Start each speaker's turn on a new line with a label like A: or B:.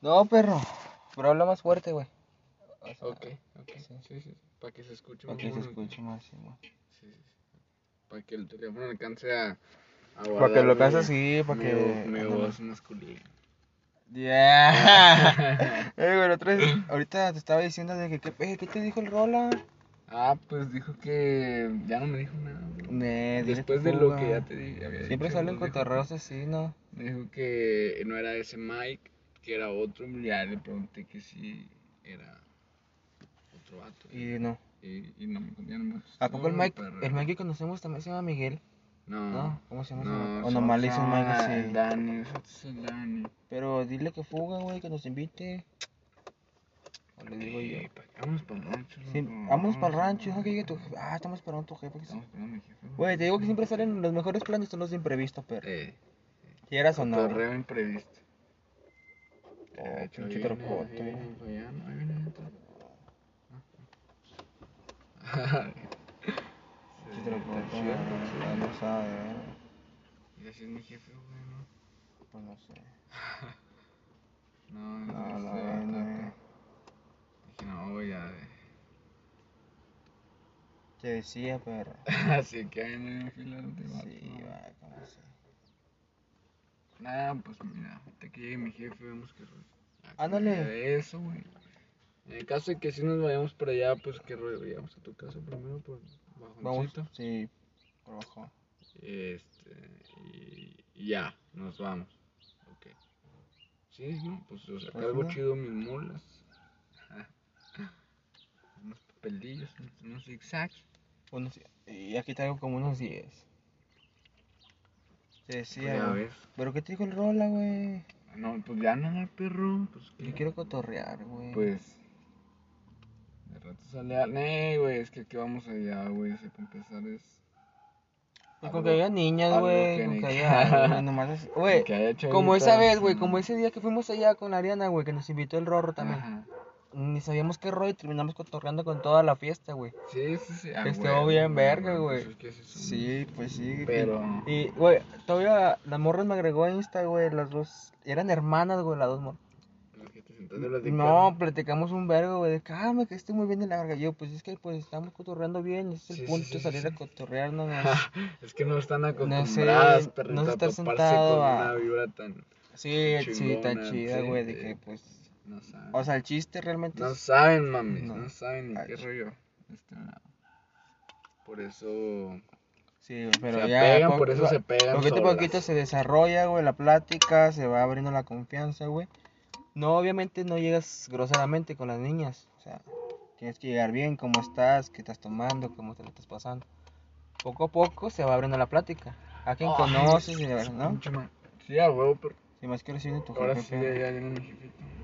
A: No, perro. Pero habla más fuerte, güey. O sea,
B: Ok, ok.
A: Ah, sí.
B: Sí, sí, sí. Para que se escuche
A: Para que se
B: mejor,
A: escuche más, sí, güey.
B: Sí, sí, sí. Para que el teléfono alcance a. a
A: Para que lo
B: guardar
A: alcance
B: mi-
A: así, para
B: mi
A: que.
B: vo- Mi
A: ándale.
B: voz masculina.
A: Yeah. Eh, güey, la otra vez, ahorita te estaba diciendo de que, ¿qué, eh, ¿qué te dijo el Rola?
B: Ah, pues dijo que ya no me dijo nada. bro.
A: Ne, Mm, eh, dile
B: Después
A: tú,
B: de lo
A: güey.
B: que ya te dije. había
A: Siempre
B: dicho,
A: salen
B: me dijo-
A: cotorreos así, ¿no?
B: Me dijo que no era ese Mike, que era otro. y Ya le pregunté que si era otro vato. Y,
A: Y no.
B: y, no me ya no me
A: ¿A poco el
B: no,
A: Mike,
B: perra.
A: el Mike que conocemos también se llama Miguel?
B: No.
A: ¿No? ¿Cómo se llama? ese
B: No,
A: Mike? o nomás le
B: somos-
A: dicen Mike
B: ah,
A: así.
B: el Dani, ese es el Dani.
A: Pero dile que fuga, güey, que nos invite. O le digo yo.
B: Eh, pa- Vámonos para el rancho.
A: Sí,
B: loco,
A: vámonos para el rancho,
B: pa-
A: deja que llegue tu jefe. Ah, estamos esperando a tu jefe. que se-
B: Estamos esperando a mi jefe,
A: Güey, te digo que siempre salen los mejores planes, son los de imprevisto, pero.
B: Eh,
A: Quieras o no. güey.
B: torreo imprevisto.
A: Oh,
B: Ah, hecho,
A: pinche
B: ahí viene,
A: trocote.
B: ahí viene el Goyano, ahí viene el tro- Ah, sí,
A: Pinche
B: está
A: trocote,
B: chido, está
A: güey,
B: chido.
A: ya No sabe, ¿eh?
B: Y así es mi jefe, güey, ¿no?
A: Pues no sé.
B: No,
A: No,
B: es-
A: la
B: se va
A: verdad,
B: acá,
A: güey.
B: acá. Dije, no, güey, ya. de-
A: Te decía, pero.
B: Así que ahí me dio un filo de vato,
A: Sí,
B: ¿no?
A: va, como sé.
B: Nah, pues mira, hasta que llegue mi jefe, vemos que rollo. Ah, que
A: Ándale.
B: me De eso, güey. En el caso de que si nos vayamos para allá, pues que rollo, vayamos a tu casa primero por
A: Vamos.
B: bajoncito.
A: Sí, por abajo.
B: Este, y, y ya, nos vamos. Ok. Sí, ¿no? Pues o sea,
A: Pues
B: cargo
A: nada.
B: chido mis mulas. unos papelillos, unos zigzags.
A: Unos- y aquí traigo como unos 10. Te decía,
B: Pues ya
A: güey.
B: ves.
A: Pero ¿qué te dijo el Rola, güey?
B: No, pues ya nada, perro. Pues
A: Yo
B: que-
A: quiero cotorrear, güey.
B: Pues. De rato sale a. Ney, güey, es que aquí vamos allá, güey. Si para empezar es.
A: Pues con
B: algo-
A: que haya niñas,
B: algo
A: güey.
B: que
A: Con
B: ni-
A: que haya. algo, güey, nomás así- Güey,
B: que haya
A: como esa
B: chavitas,
A: vez, güey.
B: ¿no?
A: Como ese día que fuimos allá con Ariana, güey. Que nos invitó el Rorro también.
B: Ajá.
A: Ni sabíamos qué rollo y terminamos cotorreando con toda la fiesta, güey.
B: Sí, sí, sí. ah,
A: Estuvo
B: güey,
A: bien
B: güey,
A: verga,
B: pues
A: güey.
B: es que ese es un-
A: Sí, pues sí.
B: Pero.
A: Y, güey, todavía las morras me agregó a Insta, güey. Las dos. Eran hermanas, güey, las dos morras.
B: Los que te sentaste a platicar.
A: No, platicamos un vergo, güey, de que, ah, me estoy muy bien de la verga. Yo, pues es que pues estamos cotorreando bien, ese es el
B: Sí, sí,
A: punto,
B: sí, sí,
A: salir a
B: sí.
A: cotorrear, no no.
B: Es que no están
A: No sé,
B: acostumbradas,
A: no
B: perrita,
A: se está
B: a toparse
A: sentado
B: con
A: a-
B: una vibra tan.
A: Sí, sí, está
B: Chingona,
A: chida,
B: sí,
A: güey, de
B: sí.
A: que pues.
B: No saben.
A: O sea, el chiste realmente
B: no
A: es.
B: saben, mames.
A: no.
B: No, saben ni
A: Ay,
B: qué
A: ch-
B: rollo. Este, no. Por eso.
A: Sí, güey, pero
B: se
A: ya.
B: apegan,
A: po-
B: por eso
A: po-
B: se
A: Poquito a
B: pegan. solas.
A: este poquito se desarrolla, güey, la plática, se va abriendo la confianza, güey. No, obviamente no llegas groseramente con las niñas, o sea, tienes que llegar bien, cómo estás, qué estás tomando, cómo te lo estás pasando. Poco a poco se va abriendo la plática. A quien
B: Ay,
A: conoces, y de verdad, ¿no?
B: Pinche ma- Sí, a huevo, pero
A: Si más que recibe tu
B: ahora
A: jefe,
B: sí,
A: perro.
B: ya, ya viene mi jefito.